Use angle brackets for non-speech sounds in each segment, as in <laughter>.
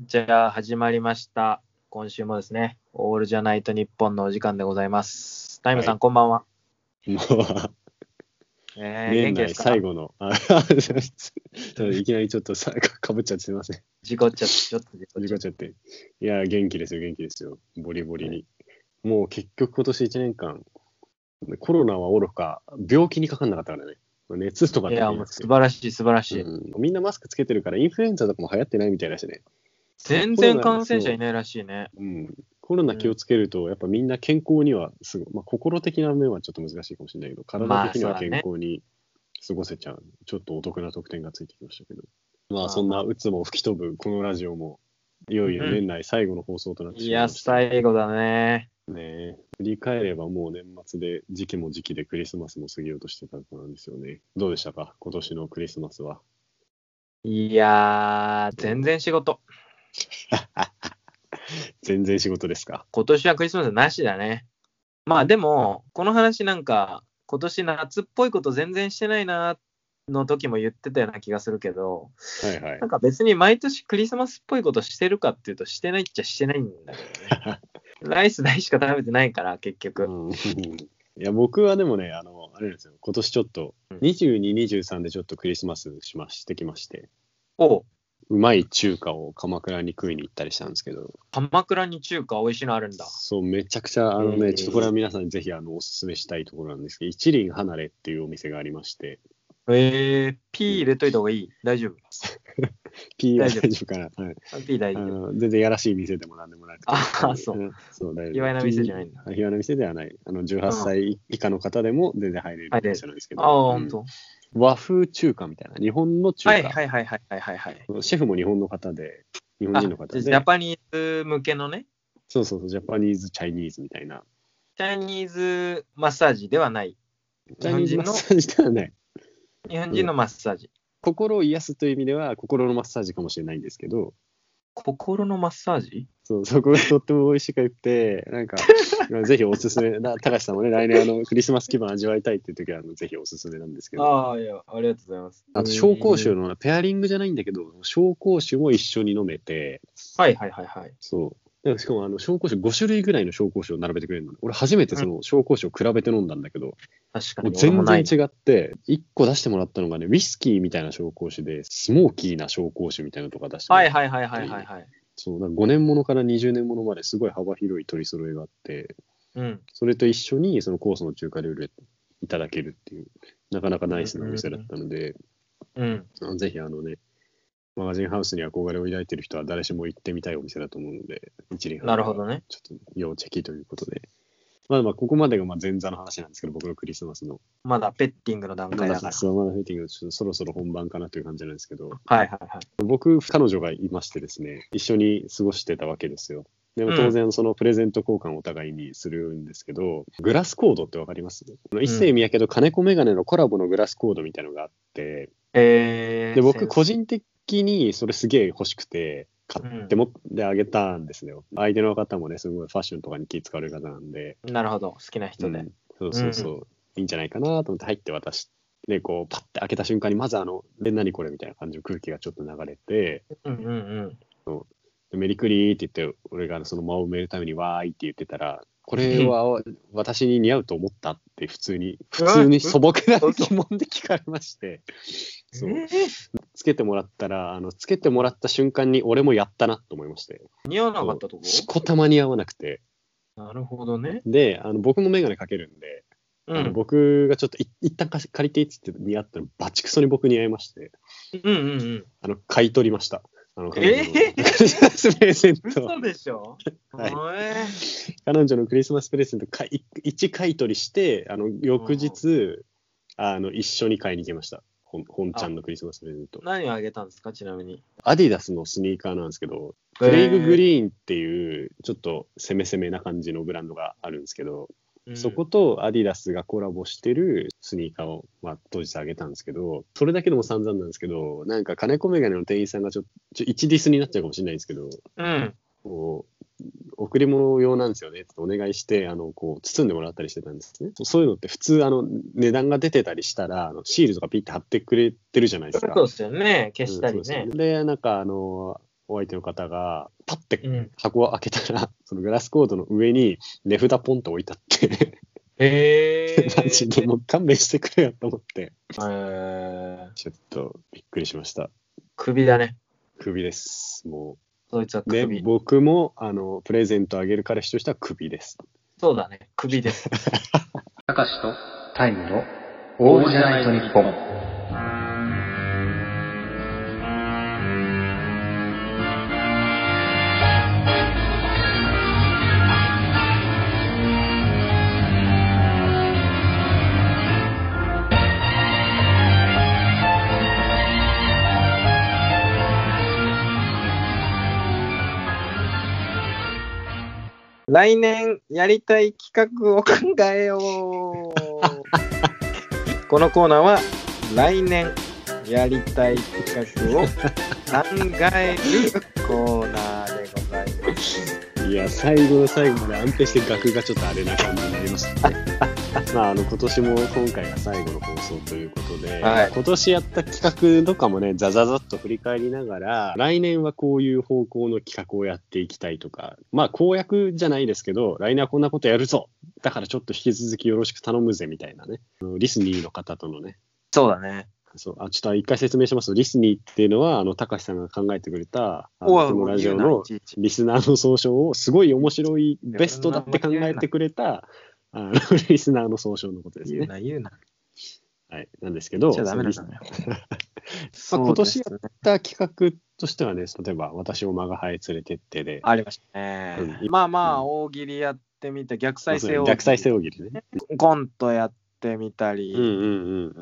じゃあ始まりました。今週もですね、オールじゃないと日本のお時間でございます。タイムさん、はこんばんは。もう、えー、元年気で内すか最後の、 <laughs> あいきなりちょっとさかかぶっちゃってすいません。事故っちゃって、ちょっと事故っ事ちゃ故っっちゃって。いや、元気ですよ、元気ですよ。ボリボリに。もう結局今年1年間、コロナはおろか、病気にかかんなかったからね。熱とかて。いや、もう素ら晴らしい、素晴らしい。うん。みんなマスクつけてるから、インフルエンザとかも流行ってないみたいだしね。全然感染者いないらしいね。うん。コロナ気をつけると、やっぱみんな健康にはすごい、まあ、心的な面はちょっと難しいかもしれないけど、まあ体的にそはうだね健康に過ごせちゃう、ちょっとお得な特典がついてきましたけど、ままああそんなうつも吹き飛ぶこのラジオも、いよいよ年内最後の放送となっていしまいや、ました。最後だね。ねえ振り返ればもう年末で、時期も時期でクリスマスも過ぎようとしてたところなんですよね。どうでしたか、今年のクリスマスは。いやー、全然仕事。全然仕事ですか。今年はクリスマスなしだね。まあでも、この話なんか、今年夏っぽいこと全然してないなの時も言ってたような気がするけど、はいはいなん。か別に毎年クリスマスっぽいことしてるかっていうと、してないっちゃしてないんだけ <laughs> どね。ライス大しか食べてないから、結局。うん <laughs> いや僕はでもね、あの、あれなんですよ、今年ちょっと、うん22、23でちょっとクリスマスしましてきまして、おううまい中華を鎌倉に食いに行ったりしたんですけど、鎌倉に中華美味しいのあるんだ。そう、めちゃくちゃ、あのえね、ーちょっとこれは皆さんにぜひあのおすすめしたいところなんですけど、一輪離れっていうお店がありまして、えー、ピー入れといた方がいい。大丈夫。 P は大丈夫大丈夫かな、はい、あピー大あ丈夫。の全然やらしい店でもなんでもなくて、あそうんそう大丈夫卑猥な店じゃないんだあ卑猥な店ではない、あの18歳以下の方でも全然入れる入れる店なんですけど、ああ、うほんんと。和風中華みたいな、日本の中華。はいはいはいはいはいはいはい。シェフも日本の方で、日本あ人の方で、ジャパニーズ向けのね。そうそうそう、ジャパニーズ、チャイニーズみたいな。チャイニーズマッサージではない。日チャイ本ニーズ人マッの、サージではない。日本人のマッサージ。心を癒すという意味では、心のマッサージかもしれないんですけど、心のマッサージそうそこがとっても美味しくて、なんか、 <laughs> ぜひおすすめ、だ高橋さんもね、来年あのクリスマス気分味わいたいっていう時はあの、ぜひおすすめなんですけど、あああ、いや、ありがとうございます。と、紹興酒の、ペアリングじゃないんだけど、紹興酒も一緒に飲めて、はいはいはいはい。そう。でしかもあの紹興酒5種類ぐらいの紹興酒を並べてくれるので俺初めてその紹興酒を比べて飲んだんだけど、確かもうに。俺も全ない然違って、1個出してもらったのがね、ウイスキーみたいな紹興酒で、スモーキーな紹興酒みたいなのとか出して、はいはいはいはいはいはい。そうなんか5年ものから20年ものまですごい幅広い取り揃えがあって、うん。それと一緒にそのコースの中華料理をいただけるっていう、なかなかナイスなお店だったので、うん。あのぜひあのね、マガジンハウスに憧れを抱いてる人は誰しも行ってみたいお店だと思うので、一輪なるほどね。ちょっと要チェキということで。まあまあ、ここまでがまあ前座の話なんですけど、僕のクリスマスの。まだペッティングの段ま階だだから。スワマナフィーティングちょっとそろそろ本番かなという感じなんですけど、はいはいはい。僕、彼女がいましてですね、一緒に過ごしてたわけですよ。でうもん当然、そのプレゼント交換をお互いにするんですけど、グラスコードってわかりますあの一世三宅と金子メガネのコラボのグラスコードみたいのがあって、えー、で僕、個人。人的にそれすげえ欲しくて、買って持ってあげたんですよ。相手の方もね、すごいファッションとかに気使われる方なんで、なるほど。好きな人で。うんそうそうそう、いいんじゃないかなと思って入って渡して。でこうパッて開けた瞬間にまずあの「で何これ?」みたいな感じの空気がちょっと流れてうんうんうん。 「でメリクリー」って言って俺がその間を埋めるために「わーい」って言ってたら「これは私に似合うと思った」って普通に普通に素朴な嘘疑問で聞かれましてそうえーつけてもらったらあのつけてもらった瞬間に俺もやったなと思いまして似合わなかったとこしこたまに合わなくてなるほどね。であの僕も眼鏡かけるんでうあのん。僕がちょっとい一旦貸し借りていいっつって似合ったのバチクソに僕に会いましてうんうんうん。あの買い取りましたあの彼女えのクリスマスプレゼント嘘でしょ <laughs> はいえー彼女のクリスマスプレゼントかい一買い取りしてあの翌日あの一緒に買いに行きましたほん本ちゃんのクリスマスプレゼント何をあげたんですか、ちなみに。アディダスのスニーカーなんですけどクレイグ・グーリーンっていうちょっと攻め攻めな感じのブランドがあるんですけど、ンそことアディダスがコラボしてるスニーカーを、まあ、当日あげたんですけど、それだけでも散々なんですけど、なんか金子メガネの店員さんがちょっと、ちょ一ディスになっちゃうかもしれないんですけど、うん。こう、贈り物用なんですよねってお願いして、あの、こう、包んでもらったりしてたんですね。そうそういうのって普通、あの、値段が出てたりしたら、あのシールとかピッて貼ってくれてるじゃないですか。そうですよね。消したりうんそうねそう。で、なんかあの、お相手の方が、パッてうん。箱を開けたら、そのグラスコードの上に値札ポンと置いたって、 <laughs> へえマジでもう勘弁してくれよと思って、えーちょっとびっくりしました。首だね。首です。もそいつはう。で、首。僕も、あの、プレゼントあげる彼氏としては首です。そうだね。首です。たかしとタイムのオールじゃないと日本。来年やりたい企画を考え <laughs> よう。このコーナーは来年やりたい企画を考えるコーナーでございます。いや、最後の最後まで安定して額がちょっとあれな感じになり <laughs> ましたね。まあ、あの、今年も今回が最後の放送ということで、はい今年やった企画とかもね、ザザザっと振り返りながら、来年はこういう方向の企画をやっていきたいとか、まあ、公約じゃないですけど、来年はこんなことやるぞだからちょっと引き続きよろしく頼むぜみたいなね、あのリスニーの方とのね、そうだね。そうあちょっと一回説明しますと、リスニーっていうのは、あの、たかしさんが考えてくれた、あのおいこのラジオ言うないのちいちリスナーの総称をすごい面白いベストだって考えてくれたあのリスナーの総称のことです言うね。な、言うな。はい、なんですけど、じゃあダメなんそだのリスね。まあ今年やそうですねナー企画としてはね、例えば私をマガハエ連れてってで、ありましたね。うんまあまうあ、大喜利やってみた、逆再生を。逆再生大喜利ね。コントやってみたり、うんうんうん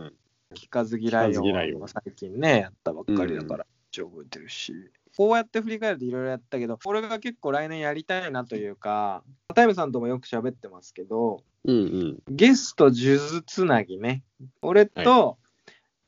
うん。聞かず嫌い聞かず嫌いをを最近ね、やったばっかりだから、一応覚えてるし。こうやって振り返るといろいろやったけど、俺が結構来年やりたいなというか、タイムさんともよく喋ってますけど、うんうん。ゲスト数珠つなぎね。俺と、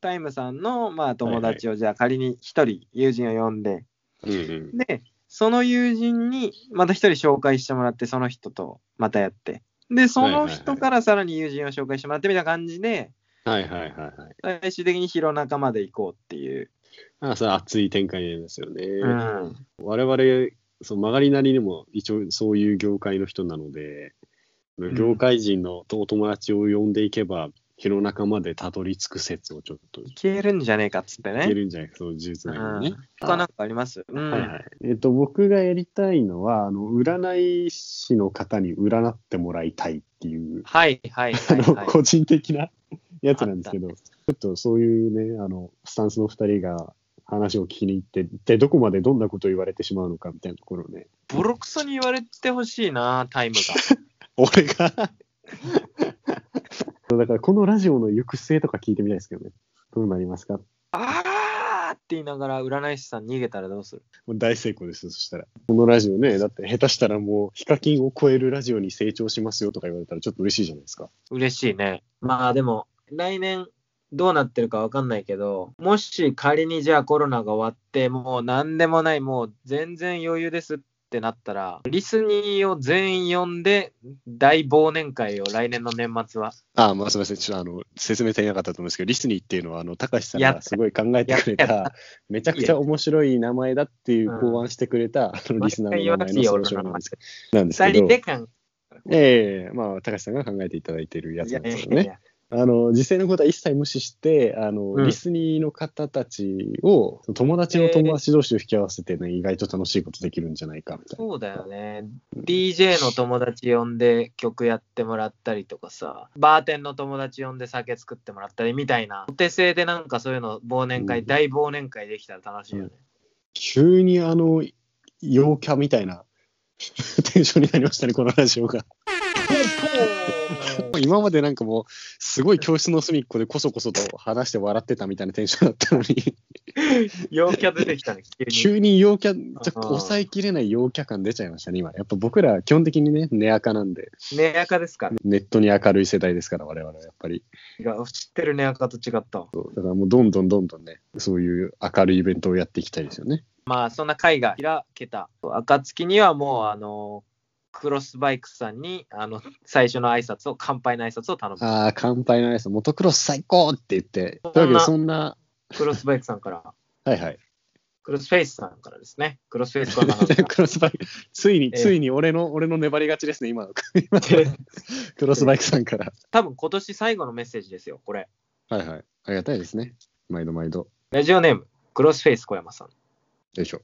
タイムさんの、まあ、友達を、じゃあ仮に一人友人を呼んで、うんうん。で、その友人にまた一人紹介してもらって、その人とまたやって。で、その人からさらに友人を紹介してもらってみたいな感じで、はいはいはいはい。最終的に広仲まで行こうっていう。あさ熱い展開になりますよね。うん。我々、そう曲がりなりにも一応そういう業界の人なので、ん業界人のお友達を呼んでいけば、広中までたどり着く説をちょっといけるんじゃねえかっつっていけね。るんじゃないか、そう、呪術う。なんのね。他なんかありますうん。はいはい。えっと、僕がやりたいのは、あの、占い師の方に占ってもらいたいっていう、はいはい <laughs> あはいの、はい。個人的なやつなんですけど、ちょっとそういうね、あの、スタンスの二人が話を聞きに行って、一体どこまでどんなことを言われてしまうのかみたいなところをね、ボロクソに言われてほしいな、タイムが。俺 <laughs> がそうだからこのラジオの行く末とか聞いてみたいですけどね。どうなりますかもあーって言いながら占い師さん逃げたらどうするう大成功ですよ、そしたら。このラジオね、だって下手したらもう、ヒカキンを超えるラジオに成長しますよとか言われたらちょっと嬉しいじゃないですか。嬉しいね。まあでも、来年どうなってるかわかんないけど、もし仮にじゃあコロナが終わって、もう何でもない、もう全然余裕ですってなったら、リスニーを全員呼んで、大忘年会を来年の年末は。ああ、まあすみません。ちょっとあの、説明足りなかったと思うんですけど、リスニーっていうのは、あの、高橋さんやったがすごい考えてくれやた、めちゃくちゃ面白い名前だっていう考案してくれた、あの、リスナーの名前の総称なんですなんです二けど人、で考ええまあ、高橋さんが考えていただいてるえやつなんですよいやねいや。いやあの実際のことは一切無視してあの、うんリスニーの方たちを友達の友達同士を引き合わせてね、意外と楽しいことできるんじゃないかみたいな。そうだよね。DJ の友達呼んで曲やってもらったりとかさ、バーテンの友達呼んで酒作ってもらったりみたいな、お手製でなんかそういうの忘年会、うん大忘年会できたら楽しいよね。急にあの陽キャみたいな <laughs> テンションになりましたねこのラジオが。今までなんかもうすごい教室の隅っこでこそこそと話して笑ってたみたいなテンションだったの <laughs> に陽キャ出てきたね、急に。 <laughs> 急に陽キャちょっと抑えきれない陽キャ感出ちゃいましたね今やっぱ僕ら基本的にね根垢なんで寝やかですから。ネットに明るい世代ですから我々はやっぱり。違う知ってる寝やかと違ったわ。そうだからもうどんどんどんどんね、そういう明るいイベントをやっていきたいですよね。まあ、そんな会が開けた。暁にはもう、あの、クロスバイクさんに、あの、最初の挨拶を、乾杯の挨拶を頼む。ああ、乾杯の挨拶、モトクロス最高って言って。というわけで、そんな、クロスバイクさんから。はいはい。 <laughs> クロスフェイスさんからですね。クロスフェイスコーナー <laughs> さんクロスバイク、ついに、ええついに俺の、俺の粘り勝ちですね、 <laughs> 今の。今のクロスバイクさんから。多分今年最後のメッセージですよ、これ。はいはい。ありがたいですね。毎度毎度。ラジオネーム、クロスフェイス小山さん。よいしょ。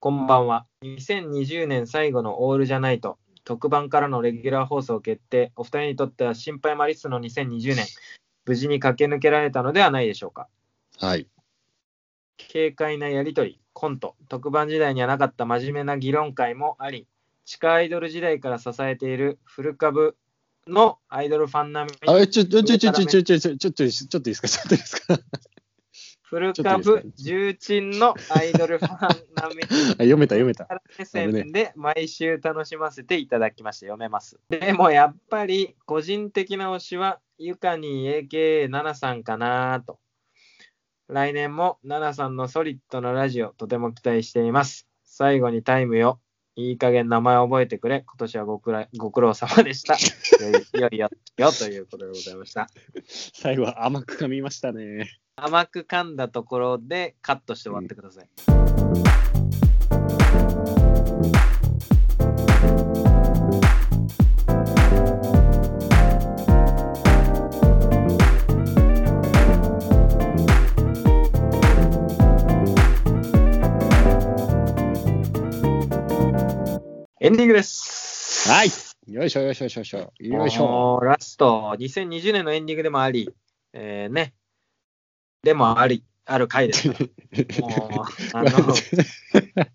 こんばんは。2020年最後のオールじゃないと、特番からのレギュラー放送決定、お二人にとっては心配マリストの2020年、無事に駆け抜けられたのではないでしょうか。はい。軽快なやりとり、コント、特番時代にはなかった真面目な議論会もあり、地下アイドル時代から支えている古株のアイドルファン並み、あ、ちょ、ちょ、ちょ、ちょ、ちょ、ちょ、ちょ、ちょ、ちょっと、ちょっといいですか、 <laughs> ちょっといいですか。古ちょっといい株重鎮のアイドルファン並み、あ、読めた、読めた。目線で毎週楽しませていただきました。読めます。でもやっぱり個人的な推しはゆかに AKA7 さんかなと。来年も7さんのソリッドなラジオとても期待しています。最後にタイムよ。いい加減名前覚えてくれ。今年はごくらご苦労様でした。よいよいよよということでございました。最後は甘く噛みましたね。甘く噛んだところでカットして終わってください。エンディングです。はい。よいしょ、よいしょ、よいしょ、よいしょ。よいしょ。もうラスト、2020年のエンディングでもあり、えーね、でもあり、ある回 <laughs> です。もう、あの、ちょっ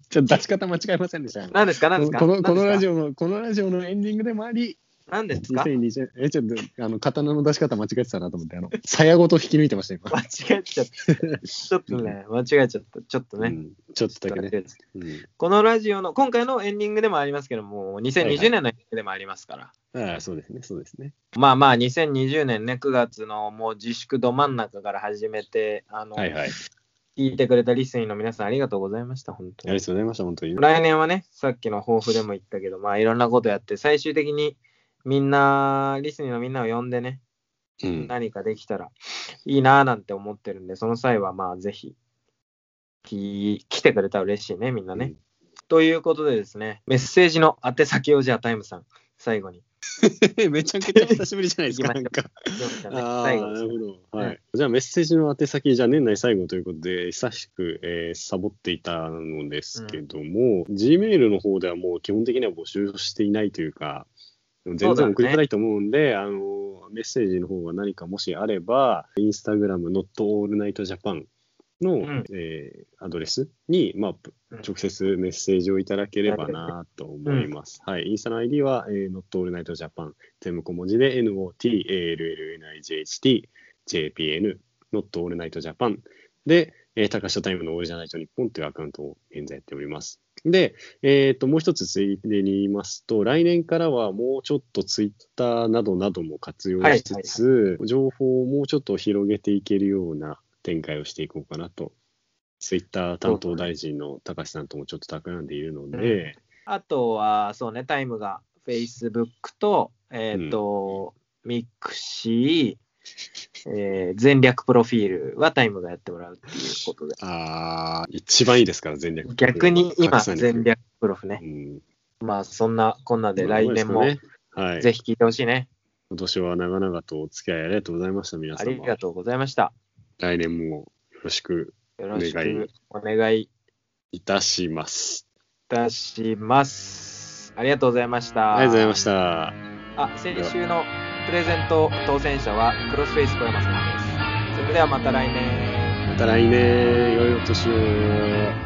と出し方間違えませんでした。何ですか、何ですか。このこのラジオ。オの、このラジオのエンディングでもあり、何ですか2020え、ちょっと、あの、刀の出し方間違えてたなと思って、あの、鞘ごと引き抜いてました、今。間違えちゃった。ちょっとね、間違えちゃった。ちょっとうね。んちょっとだけね。ちょっとうんこのラジオの、今回のエンディングでもありますけども、2020年のエンディングでもありますから。ああ、そうですね、そうですね。まあまあ、2020年ね、9月のもう自粛ど真ん中から始めて、あの、はいはい。あ聞いてくれたリスニーの皆さんありがとうございました、本当にりが。とうございました、本当に。来年はね、さっきの抱負でも言ったけど、まあいろんなことやって、最終的にみんな、リスニーのみんなを呼んでね、うん。何かできたらいいなぁなんて思ってるんで、その際はまあぜひ、き来てくれたら嬉しいね、みんなね。うんということでですね、メッセージの宛先をじゃあタイムさん、最後に。 <laughs> めちゃくちゃ久しぶりじゃないですか、 <laughs> 行きなんまか。読んだねああ最後ー、になしるまほすど。はい。じゃあ、メッセージの宛先、じゃあ、年内最後ということで、久しく、えーサボっていたのですけども、Gmail の方ではもう基本的には募集していないというか、全そうだ然ね送りづらいと思うんで、あの、メッセージの方が何かもしあれば、インスタグラム not all night japan の、んえーアドレスに、まあ、うん直接メッセージをいただければなと思います。はい。インスタの ID は、えー、not all night japan 全部小文字で NOTALLNIGHT JPN Not All Night Japan で、えー、高橋タイムのオールじゃないと日本というアカウントを現在やっております。で、えっ、と、もう一つついでに言いますと、来年からはもうちょっとツイッターなどなども活用しつつ、情報をもうちょっと広げていけるような展開をしていこうかなと。ツイッター担当大臣の高橋さんともちょっと企んでいるので、あとは、そうね、タイムが Facebook と、えっ、と、ミクシー、えー全略プロフィールはタイムがやってもらうっていうことで。ああ、一番いいですから、全略。逆に今、隠さないで全略プロフねう。んまあ、そんなこんなで来年もそうですかねはい、ぜひ聞いてほしいね。今年は長々とお付き合いありがとうございました、皆あ様。りがとうございました。来年もよろしくよろしお願いくお願いいいたします。たします。ありがとうございました。ありがとうございました。あ、先週のプレゼント当選者はクロスフェイス小山さんです。それではまた来年。また来年、良いお年を。